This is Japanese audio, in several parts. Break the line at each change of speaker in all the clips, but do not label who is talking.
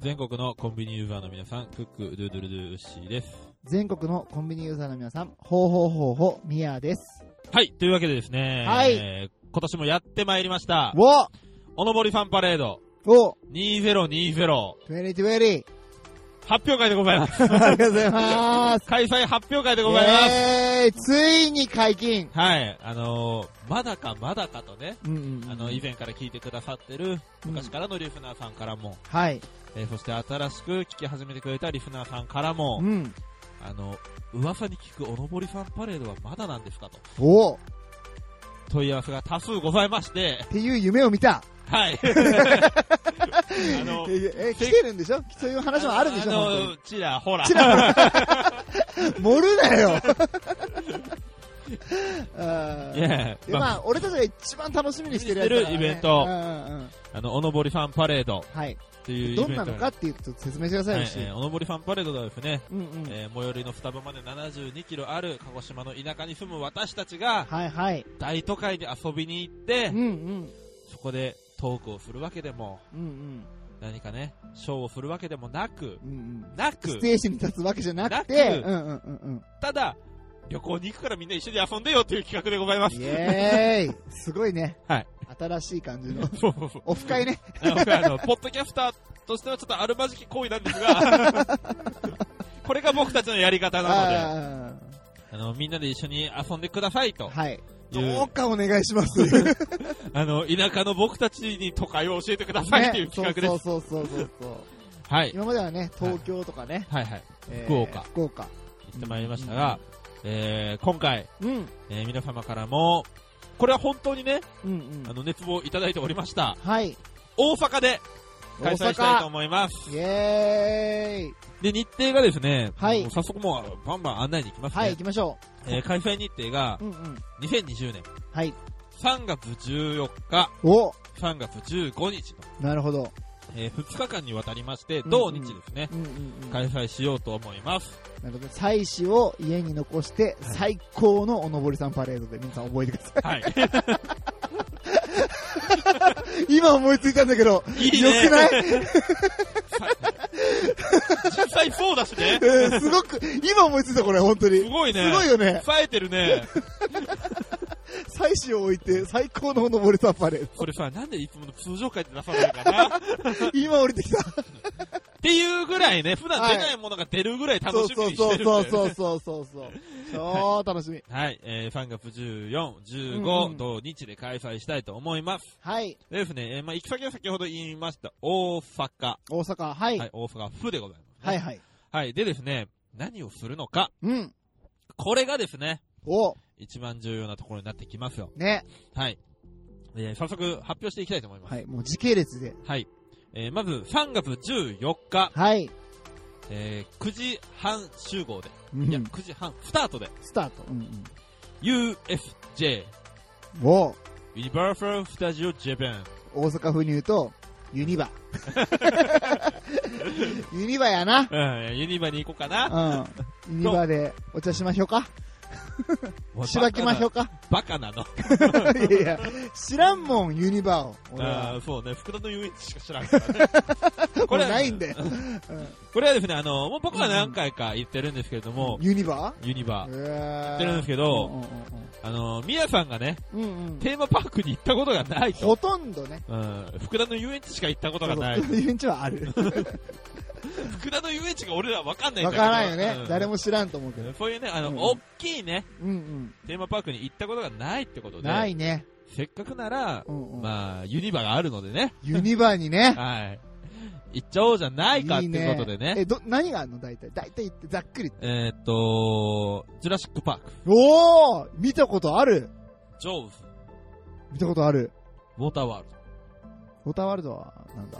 全国のコンビニユーザーの皆さん、クック、ドゥドゥルドゥ、ウッシーです。
全国のコンビニユーザーの皆さん、ほうほうほうほう、ミヤです。
はい、というわけでですね、
はい
えー今年もやってまいりました、
お
おのぼりファンパレード
お
2020
2020
発表会でござい ます。
ありがとうございます。
開催発表会でございます。
イエーイついに解禁
はい、あのー、まだかまだかとね、
うんうんうん
あの、以前から聞いてくださってる、昔からのリスナーさんからも、
はい。
えーそして新しく聞き始めてくれたリスナーさんからも
う、ん。
あの、噂に聞くおのぼりファンパレードはまだなんですかと、
おっ
問い合わせが多数ございまして、
ていう夢を見た。
はい。あの、
え、え来てるんでしょそういう話もあるんでしょ
あの
本
ちらほら。
当に 盛るなよあー
いや
で
まあ
まあ、俺たちが一番楽しみにしてるやつだからね
してるイベント
うんうんうん
あの、おのぼりファンパレード
はい。
っていうイベン
ど
ト
んなのかっていうと説明してくだ
は
さい
い
よ、し。
えーおのぼりファンパレードではですね、
うんうん。
えー最寄りの双葉まで72キロある鹿児島の田舎に住む私たちが
はいはい。
大都会に遊びに行っ
う
て
ん、うん。
そこでトークをするわけでも、
うんうん。
何かね、ショーをするわけでもなく
う、んうん。
な
ス
く、
テージに立つわけじゃなくて、
なく
うんうんうん
ただ、旅行に行くからみんな一緒に遊んでよっていう企画でございま
うん。
す。
イエーイすごいね。
はい。
新しい感じの。
そうそうそう。
オフ 会ね。
あの僕はあの、ポッドキャスターとしてはちょっとあるまじき行為なんですが、 これが僕たちのやり方なので、あ
あ
の、みんなで一緒に遊んでください
ー
と
はい。
い
どう
う、
かお願いし ます。ね、
あの、田舎の僕たちに都会を教えてくださいっていう企画です。
そうそうそうそうそう。
はい。
今まではね、東京とかね、
はいはい。
えー
福岡
福岡。
行ってまいりましたが、えー、今回、
うん。
えー皆様からも、これは本当にね、
うんうん
あ。の、熱望いただいておりました。
はい。
大阪で
大
開催したいと
阪。
思います。
イエーイ
で、日程がですね、
はい
もう早速もうバンバン案内に行きますね。
はい、行きましょ
えー開催日程が
う。うんうん。
2020年
はい。
3月14日、
お
3月15日の、
なるほど。
え2日間にわたりまして、
うん
同日ですね、
うんうんうん。
開催しようと思います。
なるほど。祭祀を家に残して、最高のおのぼりさんパレードで皆さん覚えてくださ
はい。
い。 今思いついたんだけど、
いい
よ
ね。
くない、
実際そうだしね。
うんすごく、今思いついたこれ、本当
す
に。
ごいね。
すごいよね。
冴えてるね。
祭祀を置いて、最高のおのぼりさんパレー
これさ、なんでいつもの通常回で出さないかなっ
ド。今降りてきた。
ていうぐらいね、普段出ないものが出るぐらい楽
そう
しみ
そ
に
う
してる
そうん
で。
そうそうそうそうそう。超楽しみ。
はい、えー、3月14、
うんう
15、
ん
同日で開催したいと思います。
はい。
でですね、えーまあ、行き先は先ほど言いました、大阪。
大阪、はい。
はい、大阪府でございます、
はいはい。
はい。でですね、何をするのか。
うん。
これがですね、
お、
一番重要なところになってきますよ。
ね。
はい。えー早速発表していきたいと思います。
は
はい。
い。もう時系列で。
えーまず、3月14日、
はい。
えー9時半集合で、
うん
いや、9時半スタートで、
スタート。うん、
USJ、
うん。お、
Universal Studio Japan。
大阪府に言うと、ユニバ。ユニバやな。
うん、ユニバに行こうかな。
うん。ユニバでお茶しましょうかしばきましょうか
バカなの。
いやいや、知らんもん、ユニバを。俺
あ
は。
ーそうね、福田の遊園地しか知らん からね。
こ
こ
れ
れ
ないんだよ。
これはですね、あの、もう僕は何回か言ってるんですけれども、
ユニバ
ユニバ
うわー
言ってるんですけどあの、ミヤさんがね、
うんうんうんうんうん。
テーマパークに行ったことがないと。
ほとんどね。
うん、福田の遊園地しか行ったこと
そう
が
そう
ない。
遊園地はある。
福田の遊園地が俺らわかんないん
わ
だけ
か
ど。
らないよね
う。ん
誰。も知らんと思うけど。
そういうね、あの、
うん
大きいね、
うん
テーマパークに行ったことがないってこ
う
と
ん。
で、
ないね。
せっかくなら
う、んうん。
まあ、ユニバがあるのでね、
ユニバにね。
はい。行っちゃおうじゃないかっていうことでね、
え、ど、何があんの大体。大体言って、ざっくり。
えーっと、ジュラシック・パーク、
おー見たことある
ジョーズ、
見たことある。
ウォーターワールド、
ウォーターワールドは、なんだ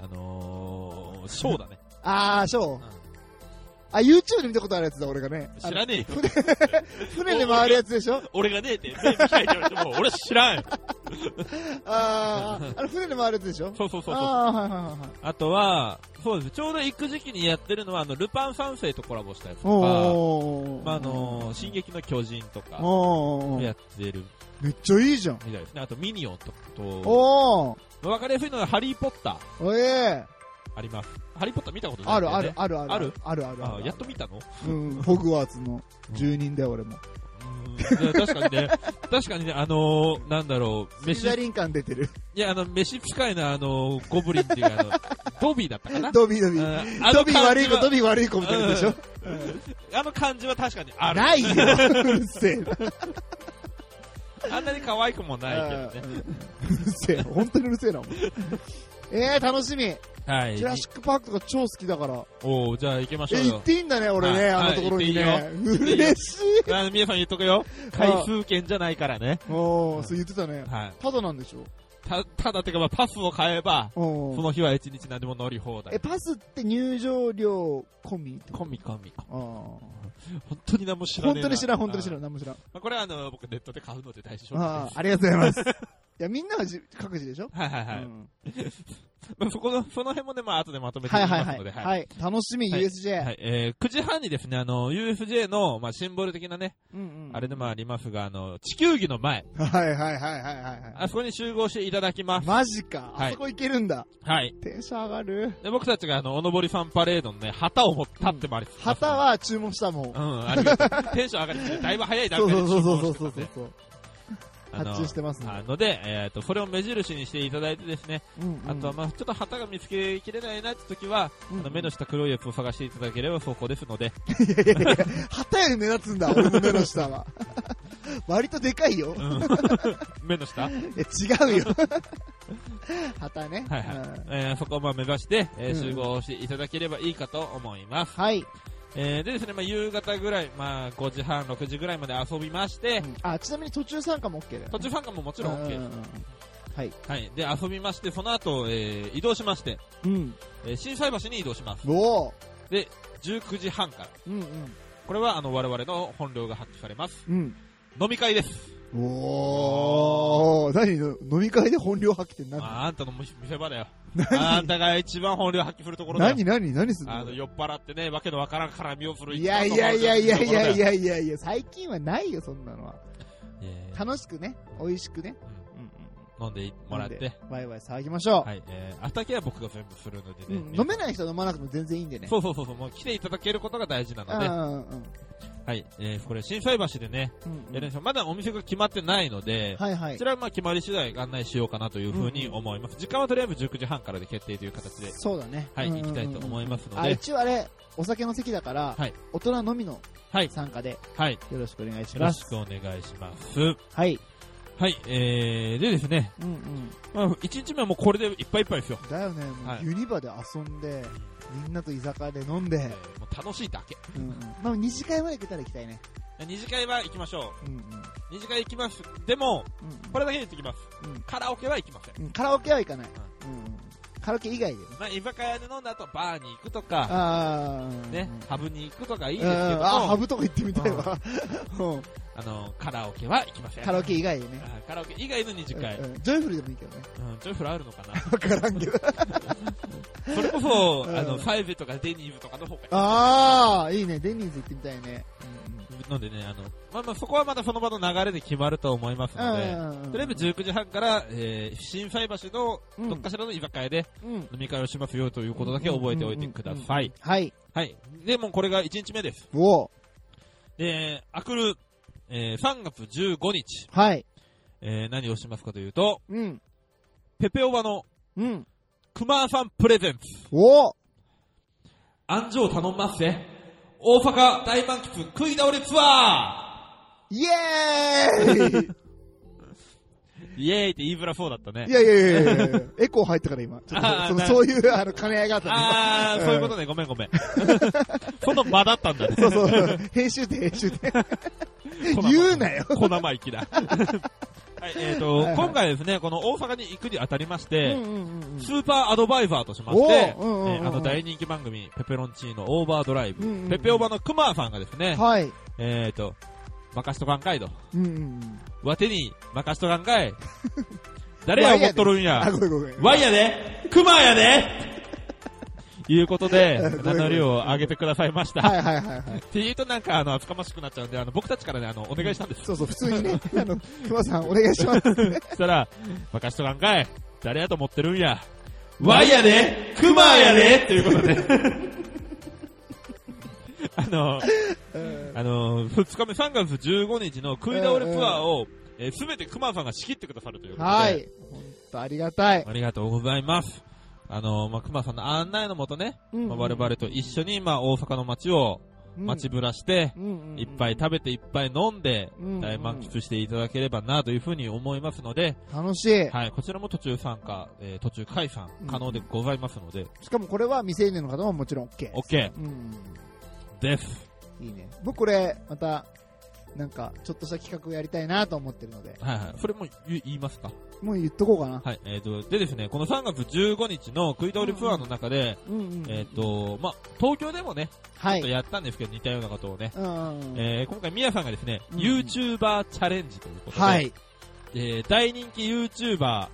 あのー、ショーだね。
あー、ショー。あ、YouTube で見たことあるやつだ、俺がね。あ
知
の
らねえよ。
船で回るやつでしょ
俺がねえって、ねえ、見たいって言われても、俺は知ら ん。
あ あ、あの船で回るやつでしょ
そうそうそうそう。
ああ、はいはいはいはい。
あとは、そうです。ちょうど行く時期にやってるのは、あの、ルパン三世とコラボしたやつとか、
おー。
まあ、あのー、進撃の巨人とか、
おー
やってる
めっちゃいいじゃん。
みたいですね。あと、ミニオンとかと、
おー。
わかりやすいのは、ハリーポッター
おえ
あります。ハリーポッター見たこと
ー。
ない
あ
んだ
る
よ
あ
ね
るあるある。
ある
あるあるあ
あ
る。
やっと見たの
うん、ホグワーツの住人だよ、俺も。
うんいや確かに ね、確かにね、あのー、なんだろう、
シ
飯、
ザ
い
リン感出てる。
や、あの、飯使いのあのー、ゴブリンっていう、あの、ドビーだったかな。
ドビードビー。
うんあの
ドビー悪い子、
感
ドビー悪い子みたいなやつでしょ
じはあの感じは確かにある。
ないよ。うるせえな。
あんなに可愛くもないけどね。
うるせえ。本当にうるせえな、お前えー、楽しみ。
はい。
ジュラシックパークとか超好きだから。
おうじゃあ行きましょ
え、
う
行っ
よ。
ていいんだね、俺ね、
はい
あのところに
は
ね。
っていいよ
嬉しい。
あの皆さん言っとくよ。回数券じゃないからね。
おー、そう言ってたね。
はい。
ただなんでしょ
た、ただってか、まあ、パスを買えば、
お
そ
ー
の日は一日何でも乗り放題。
え、パスって入場料込みって
コミコミ。
あー
本当に何も知らない。
本当に知らん、本当に知ら
あ
ん、何も知らん。
ー。まあ、これはあの、僕ネットで買うので大丈夫
あ
です。
ーありがとうござ います。いや、みんなはじ各自でしょ
はいはいは
う
い。
ん
まあ、そこの、その辺もね、まあ、後でまとめて
はい
み
はい
ますの
は
で、。
い。はいい。楽しみ、
はい
USJ。
はい、えー、9時半にですね、あの、USJ の、まあ、シンボル的なね、
うんうん
あれでもありますが、あの、地球儀の前、
はいはいはいはいはい
あそこに集合していただきま
はい。
す。
マジか。
はい
あそこ行けるんだ。
はい。
テンション上がる。
で、僕たちが、あの、おのぼりさんパレードのね、旗を持って立ってまります、
旗は注文したもん
う。ん、ありがとう。テンション上がりすぎてだいぶ早い
そ
段
う
階で
そう
注
そう
文
そ
してた
うそうんそう
で。
そう。
あの
発注してますね。
あので、えっ、と、それを目印にしていただいてですね、
うんうん
あとは、まあちょっと旗が見つけきれないなって時は、
うん
あの、目の下黒いやつを探していただければそこですので、
いやいやいや、旗より目立つんだ、俺の目の下は。割とでかいよ。
目の下
いや違うよ。旗ね。
はいはい
うん
えーそこをまあ目指して、えー
うん
集合していただければいいかと思います。
はい。
えーでですね、まあ、夕方ぐらい、まあ、5時半、6時ぐらいまで遊びまして、
あ、ちなみに途中参加も OK だよ。
途中参加ももちろん OK
う
で
んうんうんはい。
す。はい。で、遊びまして、その後、えー移動しまして、
うん。
えー、震災橋に移動します。
おー
19時半から。
うんうん。
これは、あの、我々の本領が発揮されます。
うん。
飲み会です。
おー。何の飲み会で本領発揮って
あ
何
あんたの見せ場だよ。あんたが一番本領発揮するところだよ。
何何何すん
あの、
の
酔っ払ってね、わけのわからん絡みをする
い
一番の
やい
本領
や
発揮
いやいや
すると
い
ころだ
や
よ
いやいやいや、最近はないよ、そんなのは。
えー
楽しくね、美味しくね。うん
飲んでもらって。。
ワイワイ騒ぎましょう。
はい、えー、あたけは僕が全部するので
う
ね。
ん飲めない人は飲まなくても全然いいんでね。
そうそうそうそう、もう来ていただけることが大事な
うん
の
う
で、
んうん
はい、えー、これ、心斎橋でね、
うん
やるんですよまだお店が決まってないので、
はいは
こ
い
ち。らはまあ決まり次第案内しようかなというふうに思います。時間はとりあえず19時半からで決定という形で、
そうだね。
はい、
うんうん
行
うん
きたいと思いますの
あ、
で、
一応あれ、お酒の席だから
はい、
大人のみの
はい、
参加で
はい、よ
よろしくお願いし
ろ
ま
し
す。
くお願いします。
はい。
はい、えー、でですね、
うんうん。
まあ、1日目はもうこれでいっぱいいっぱいですよ。
だよね、も
は
う
い
ユニバで遊んで、みんなと居酒屋で飲んで
えー、もう楽しいだけ。
うんうんまあ二次会まで行けたら行きたいね。
二次会は行きましょ
うんうんうん
う。二次会行きます。でも、これだけ言ってきます。
うん
カラオケは行きません。
うんうんカラオケは行かない。うんうんカラオケ以外でね。
まあ、居酒屋で飲んだ後、バーに行くとか、
あー
ね、ハブに行くとかいいですけ
うん
ども、
あ、ハブとか行ってみたいわ。 うん
あの、カラオケは行きません。
カラオケ以外でね。
あカラオケ以外の二次会。
うんうんジョイフルでもいいけどね。
うん、ジョイフルあるのか
わからんけど。
な。それこそ、
うん
あの、ファイブとかデニーズとかの方が。
ああ、いいね。デニーズ行ってみたいね。
のでね、あの、まあまあそこはまたその場の流れで決まると思います
うん
ので、
うんうん。
とりあえず19時半から、えー、心斎橋の
うん
どっかしらの居酒屋で
うん。
飲み会をしますよということだけ覚えておいてください。
はい。
はい。で、もうこれが1日目です。
おう
で、あくる、えー、3月15日、
はい。
えー、何をしますかというと、
うん。
ペペオバの
うん。
クマーさんプレゼンツ、
おう
安城頼んますぜ。大阪大満喫食い倒れツア
イエー
ー
イ
イエーイって言いづらそうだったね
い。やいやいやいやいやエコー入ったから今。ちょっ
あー
と、その
な
そういう、あの、兼ね合いがあった
あー、そういうことね。ごめんご めん。その間だったんだね。
ね。 そうそう。編集で編集で。
小生
言うなよ。
小生意気だ。はい、えっ、と、
はいはい
今回ですね、この大阪に行くにあたりまし
うん
て、
うんうん
スーパーアドバイザーとしまして、
おーうんうんうんうん
えーあの大人気番組、ペペロンチーノオーバードライブ、
うんうんうん
ペペオバのクマさんがですね、
はい。
えっ、と、任しとかんかいと、
うんうんうん。
わてに任しとかん かい、誰や思っとるんや
あ、、ごめんごめん。
ワイやで、クマや で、いうことで、
ごめんごめ
名
ん
乗りを上げてくださいました。
はいはいはい はい。
って言うとなんか、あの、厚かましくなっちゃうんで、あの、僕たちからね、あの、お願いしたんです。
そうそう、普通にね、あの、熊さんお願い します。
そしたら、任しとかんかい誰やと思ってるんや。ワイやでクマやでっていうことで。 あの、
うん
あの、2日目3月15日の食い倒れツアーを、えーすべてクマさんが仕切ってくださるということで。
はい。本当ありがたい。
ありがとうございます。あの、まあ、熊さんの案内のもとね、
うん
まあ、我々と一緒に、まあ、大阪の街を街ぶらして、いっぱい食べていっぱい飲んで、
うん
大満喫していただければなというふうに思いますので、
楽しい。
はい、こちらも途中参加、えー途中解散可能でございますので、
しかもこれは未成年の方ももちろん OK。
OK
うん。
です。
いいね。僕これ、また、なんか、ちょっとした企画やりたいなと思ってるので、
はいはい。それも言言いますか
もう言っとこうかな。
はい。えっ、と、でですね、この3月15日の食い倒れツアーの中で、
うんうん
えっ、と、まあ、東京でもね、
は
ちょっと
い。
やったんですけど、似たようなことをね、
うんうんうん。
えー今回、みやさんがですね、
うん
YouTuber チャレンジということで、
はい。
えー大人気 YouTuber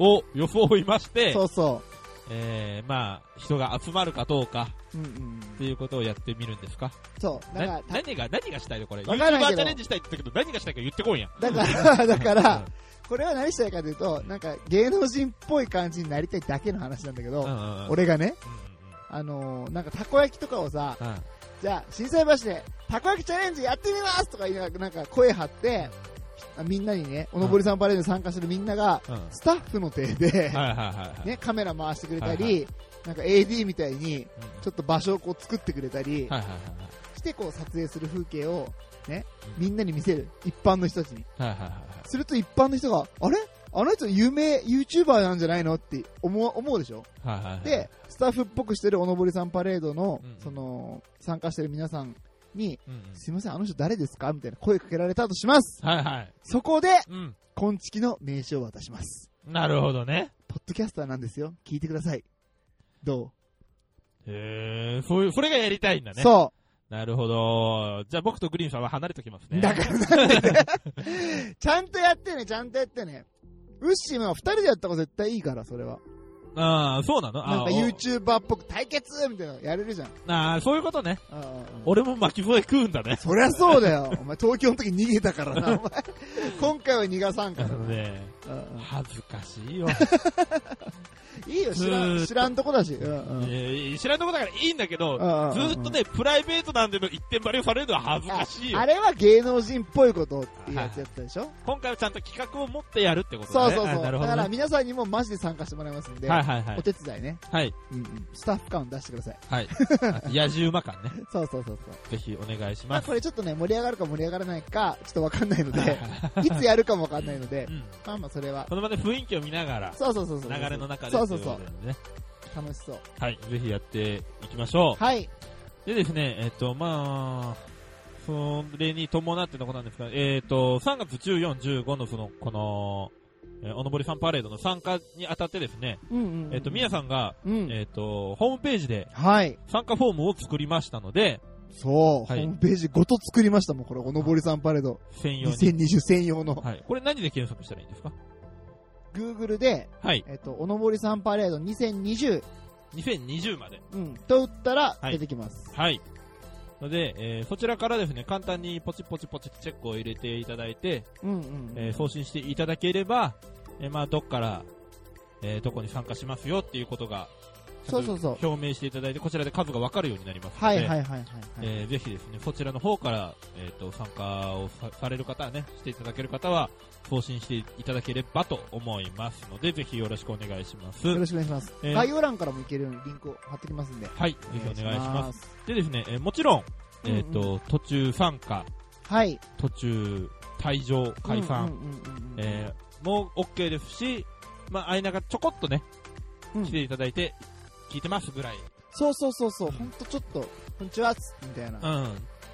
を装いまして
そ、うそ
えーまあ、人が集まるかどうか
う。うんうん。
っていうことをやってみるんですか
そう。だ
な
から、
何が、何がしたいのこれ。
わからん
YouTuber
けど
チャレンジしたいって言ったけど、何がしたいか言ってこいやん。
だから、 だから、
う
これは何したいかというと、なんか芸能人っぽい感じになりたいだけの話なんだけ
ん、う
ど、
んうんうん、
俺がね、
うん
あのー、なんかたこ焼きとかをさ、
うんうん、うん
じゃあ、震災橋で、たこ焼きチャレンジやってみますとか言いながら、なんか声張って、みんなにね、おのぼりさんパレードに参加するみんなが、
うん。
スタッフの手
はいはい
で、
はいはい。
ね、カメラ回してくれたり、
はい
なんか AD みたい
う
に、
んうん
ちょっと場所をこう作ってくれたり、
はいはいは
してこう撮影する風景を、ね、
うん
みんなに見せる。一般の人たちに。
いはい。はいはいはいはい。
すると一般の人が、あれあの人有名 YouTuber なんじゃないのって思う、思うでしょ
はいはいはい、
で、スタッフっぽくしてるおのぼりさんパレードの
うんうん、
その、参加してる皆さんに、
うんうん
すいません、あの人誰ですかみたいな声かけられたとします。
はいはい。
そこで、
うん。
今月の名刺を渡します。
なるほどね。
ポッドキャスターなんですよ。聞いてください。ど
へえ、そういう、それがやりたいんだ
う、
ね。
そ
なるほど。じゃあ僕とグリーンさんは離れときます
う。
ね。
だからなんでねちゃんとやってね、ちゃんとやってね。ウッシーも二人でやった方が絶対いいから、それは。
ああ、そうなの
なん
あ
か
あ
YouTuber っぽく対決みたいなのやれるじゃん。
ああ、そういうことね。
うんうんうん
俺も巻き添え食うんだね。
そりゃそうだよ。 お前東京の時逃げたから な、お前。今回は逃がさんか
あ
らな。
のね、
うんうん
恥ずかし いよ。
いいよ、知ら
ずーっ
ん、
と
知らんとこだし。うんうん
えー知らんとこだからいいんだけど、ず
うんうんうん
ーっとね、プライベートなんでの一点張りをされるのは恥ずかしいよ
あ。れは芸能人っぽいことっていうやつやったでしょ
今回はちゃんと企画を持ってやるってこと
そ
だ
う
ね。
そう
あ
そう。
なる
だ
ほ
か
ど、
ら
ね。
皆さんにもマジで参加してもらいますんで、
はいはいは
お
い。
手伝いね。
はい。
うんうんスタッフ感を出してください。
はい。あ野獣馬感ね。
そうそうそうそう。
ぜひお願いしま
まあ
す。
これちょっとね、盛り上がるか盛り上がらないか、ちょっとわかんないの
はい
で、 いつやるかもわかんないので
う、ん
まあまあそれは。
この場で雰囲気を見ながら、
そうそうそうそう。
流れの中で。
そうそうそう
とい。ことでね
楽しそう。
はい。ぜひやっていきましょう。
はい。
でですね、えっ、と、まあ、それに伴ってのことなんですが、えっ、と、3月14、15のその、この、えーおのぼりさんパレードの参加にあたってですね、
うん
えっ、と、みや
ん。
さんが、
うん。
えっ、と、ホームページで
はい。
参加フォームを作りましたので、
そう、
はい
ホームページごと作りましたもん、これ、おのぼりさんパレード。
専用に。
2020専用の。
はい。これ何で検索したらいいんですか
Google で、
はい。
えっと、おのぼりさんパレード2020、
2020まで。
うん、と打ったら
はい
出てきます。
はい。ので、えーそちらからですね、簡単にポチポチポチとチェックを入れていただいて、
うんうん。
えー送信していただければ、えーまあ、どっから、えーどこに参加しますよっていうことが、
そうそうそう
ちゃんと表明していただいて、こちらで数が分かるようになりますので、
はいはいはいはい、はい
えーぜひですね、そちらの方から、えー、と参加をさされる方はね、していただける方は、送信していただければと思いますので、ぜひよろしくお願いします。
よろしくお願いします、
えー
概要欄からもいけるようにリンクを貼ってきますんで。
はい、ぜひお願いします。
す。
でですね、えーもちろん、えーと
うん
途中参加、
はい。
途中退場、解散、
うんうんうんうん
えーもう OK ですし、まあ、間がちょこっとね、
うん
来ていただいて、聞いてますぐらい。
そうそうそうそう、ほんとちょっと、こんにちはっつってみたいな。
うん。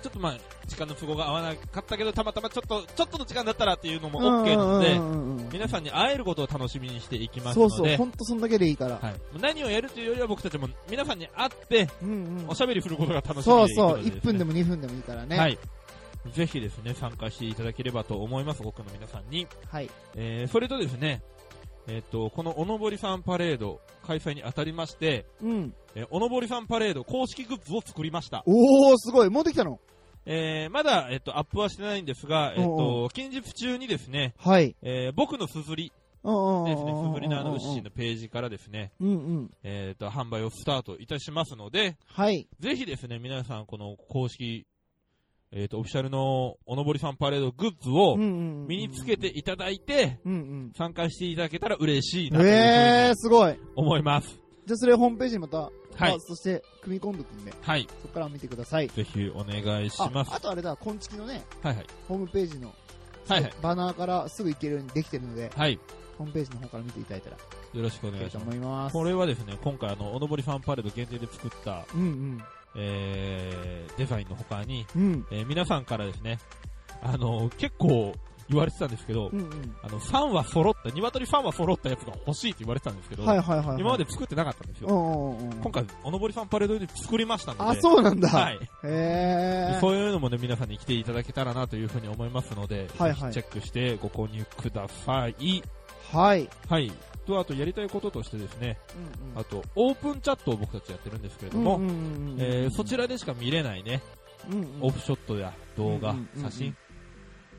ちょっとまあ、時間の都合が合わなかったけど、たまたまちょっと、ちょっとの時間だったらっていうのも OK なので、
の
皆さんに会えることを楽しみにしていきます
そ
の
う
で、
そう、ほんとそんだけでいいから。
はい、何をやるというよりは僕たちも皆さんに会って、
うんうん
おしゃべりすることが楽しみで
そう
いいこ
そう、
とですね
1分でも2分でもいいからね。
はい。ぜひですね、参加していただければと思います、僕の皆さんに。
はい。
えー、それとですね、えっ、と、このおのぼりさんパレード開催にあたりまして、
うん。
えーおのぼりさんパレード公式グッズを作りました。
おー、すごい。持ってきたの
えー、まだ、えっ、と、アップはしてないんですが、えっ、
お
と、近日中にですね、
はい。
えー、僕のすずり
うんうんうん
ですね、
う
す
ん
ずりのあの、ウッシーのページからですね、
うんうん。
えっ、と、販売をスタートいたしますので、
はい。
ぜひですね、皆さん、この公式、えっ、と、オフィシャルのおのぼりさんパレードグッズを
うんうんうん
身につけていただいて、
うん
参加していただけたら嬉しい
うん。
なとい
え
う
ー、すごい。
ふうに思います。
じゃあそれホームページにまた、
はい
あそして組み込んでおくんで、
はい。
そこから見てください。
ぜひお願いし
あ
ます。
あとあれだ、昆虫のね、
はいはい。
ホームページの、
はいはい。
バナーからすぐ行けるようにできてるので、
はい。
ホームページの方から見ていただいたらい
よろしくお願
い
いし
と
ます。
思います。
これはですね、今回あの、おのぼりさんパレード限定で作った、
うん
えー、デザインの他に、
うん。うん。
えー皆さんからですね、あの、結構言われてたんですけど
う、んうん。
あの、ファンは揃った、鶏ファンは揃ったやつが欲しいって言われてたんですけど、
はいはいはいはい。
今まで作ってなかったんです
う
よ。
んうんうん。
今回、おのぼりさんパレードで作りましたので。
あ、そうなんだ。
はい。
へー。
そういうのもね、皆さんに来ていただけたらなというふうに思いますので、
はいはい
ぜひチェックしてご購入ください。
はい。
はい。と、あとやりたいこととしてですね、
うんうん
あと、オープンチャットを僕たちやってるんですけれども、
うんうんうん
えーそちらでしか見れないね、
うんうん
オフショットや動画、
うんうんうんうん
写真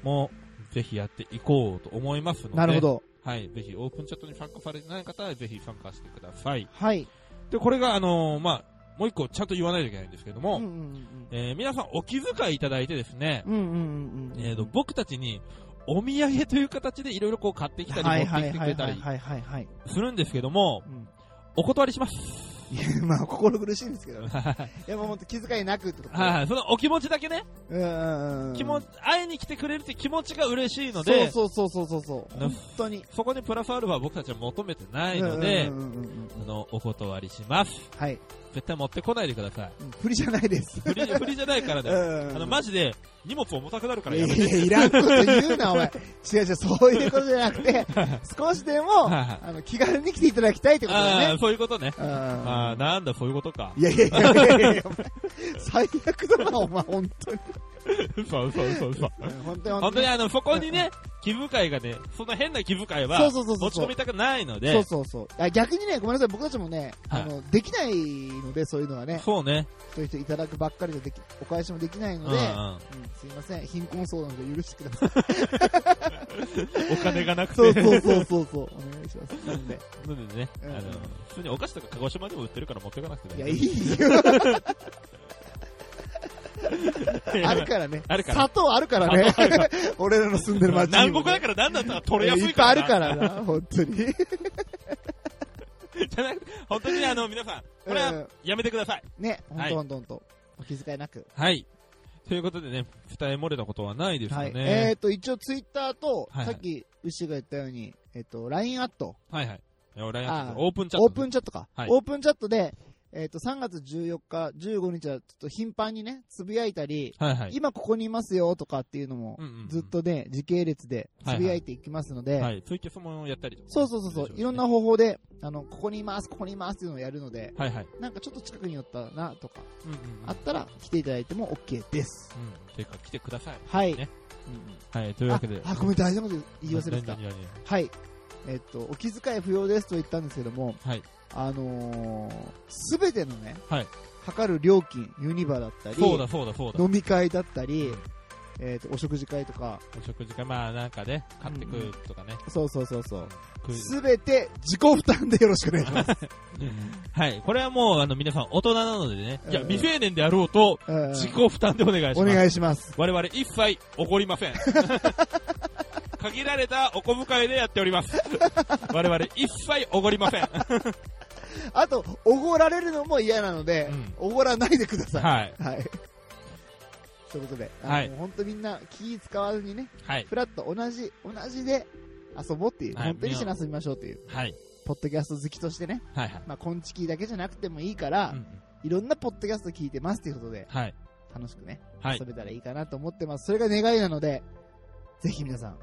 も、ぜひやっていこうと思いますので、
なるほ。ど。
はい。ぜひ、オープンチャットに参加されてない方は、ぜひ参加してください。
はい。
で、これが、あのーまあ、もう一個ちゃんと言わないといけないんですけども、
うんうん
えー皆さんお気遣いいただいてですね、
うん。うんうんうんうん。
えーと、僕たちにお土産という形でいろいろこう買ってきた
は
り
い
持っ
は
て
い
きて
は
く
い
れ
は
た
い
り
はいはいはい。
するんですけども、
うん
お断りします。
いや、まあ、心苦しいんですけど。いや、もう本当気遣いなくってこ と
はい、そのお気持ちだけね、
うんうんうん。
気持ち、会いに来てくれるって気持ちが嬉しいので、
そうそうそうそうそう。
な
本当に。
そこにプラスアルファは僕たちは求めてないので
うん、うんうんうん
あの、お断りします。
はい。
絶対持ってこないでください。
うん振りじゃない です。
振り、振りじゃないからだよ。あの、マ
ジ
ジで、荷物重たくなるから
い
や
や
め
い
て。
や、いらんこと言うな、お前。違う違う、そういうことじゃな くて、少しでも、
はいはい
あの、気軽に来ていただきたいってことだ
ああ
ね
ー、。そういうことね。ああ、
あ
なんだ、そういうことか
い。やいやいやいやいやいや、お前最悪だな、お前、本当に。
嘘嘘嘘嘘。
うん本当に
本当にあの、そこにね、気遣いがね、その変な気遣いは、
そうそうそうそう
持ち込みたくないので、
そうそうそう。あ逆にね、ごめんなさい、僕たちもね、
はい
あの、できないので、そういうのはね、
そうね。
そういう人いただくばっかりじゃでき、お返しもできないの
うんう
で、
ん。
うんすいません、貧困そうなので許してください。
お金がなくて。
そうそうそうそうそう、 お願いします。なんで。
なんでね、あ
うん
の、普通にお菓子とか鹿児島でも売ってるから持ってかなくて
いや、
ね
いいよ。 ある
ら。
からね。
あるから
砂。糖あるからね
砂糖ある。
俺らの住んでる町に
南
も
国
ね、
だから何だったら取れやす
い
い
っぱい
か
あ
ら。
るから な、本当に。
ら。じゃなくて、本当にあの、皆さん、これ
う
は
ん
やめてください。
ね、ほん
はい
とほんとほんと。お気遣いなく。
はい。ということでね、二重漏れたことはないですよ
はい。え
ね
っ。と、一応ツイッターと
はいは、い
さっき、牛が言ったように、えっと、LINE アット、
はいはい。俺
あー
オープンチャット。
オープンチャットか
は。い
オープンチャットで、えっと、3月14日、15日は、ちょっと頻繁にね、つぶやいたり、
はいはい。
今ここにいますよとかっていうのも
うんうんうん、
ずっとね、時系列でつぶやいていきますので、
はい。ツイキャスもやったりとか
そうそうそうそう、いろんな。方法で、あの、ここにいます、ここにいますっていうのをやるので、
はいはい。
なんかちょっと近くに寄ったなとか、
うんうんうん
あったら来ていただいても OK です。
うん。ていうか、来てください。
はい。
ね
うんうん
はい、というわけで。
あ、あごめん、大事なこと言い忘れてた
何。何何
はい。えっと、お気遣い不要ですと言ったんですけども、
はい。
あのす、べてのね、
はい
測る料金、ユニバだったり、
そうだ、そうだ、そうだ。
飲み会だったり、えっと、お食事会とか、
お食事会、まあなんかね、買ってくるとかね。
そうそうそうそう。
食い
すべて自己負担でよろしくお願いし ます。
はい。これはもう、あの、皆さん大人なのでね。いや、
うん
未成年であろうと、
うん
自己負担でお願いし
お
ます。
願いします。
我々一切怒りま せん。限られたお小遣いでやっております。我々一切怒りま せん。
あと、おごられるのも嫌なので
うん、
おごらないでくださ
はい。
い。はい。ということで、
は
あ
い
の、本当みんな気使わずにね、
はい。
フラッと同じ、同じで遊ぼうっていう、
はい
本当に一緒に遊びましょうっていう、
はい。
ポッドキャスト好きとしてね、
はい。はい。
まあ、コンチキだけじゃなくてもいいから、
うんうん
いろんなポッドキャスト聞いてますっていうことで、
はい。
楽しくね、
はい
遊。べたらいいかなと思ってます。それが願いなので、ぜひ皆さん、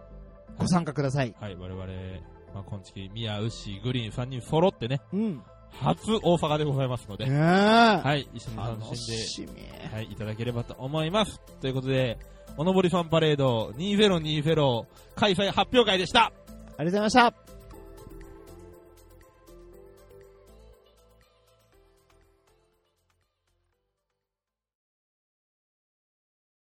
ご参加ください。
はい、我々、まあ、今月、宮、牛、グリーン3人揃ってね、
うん。
初大阪でございますので、
は
はい、一緒に楽しんで
しみ。
はい、いただければと思います。ということで、おのぼりファンパレード2020開催発表会でした。
ありがとうございました。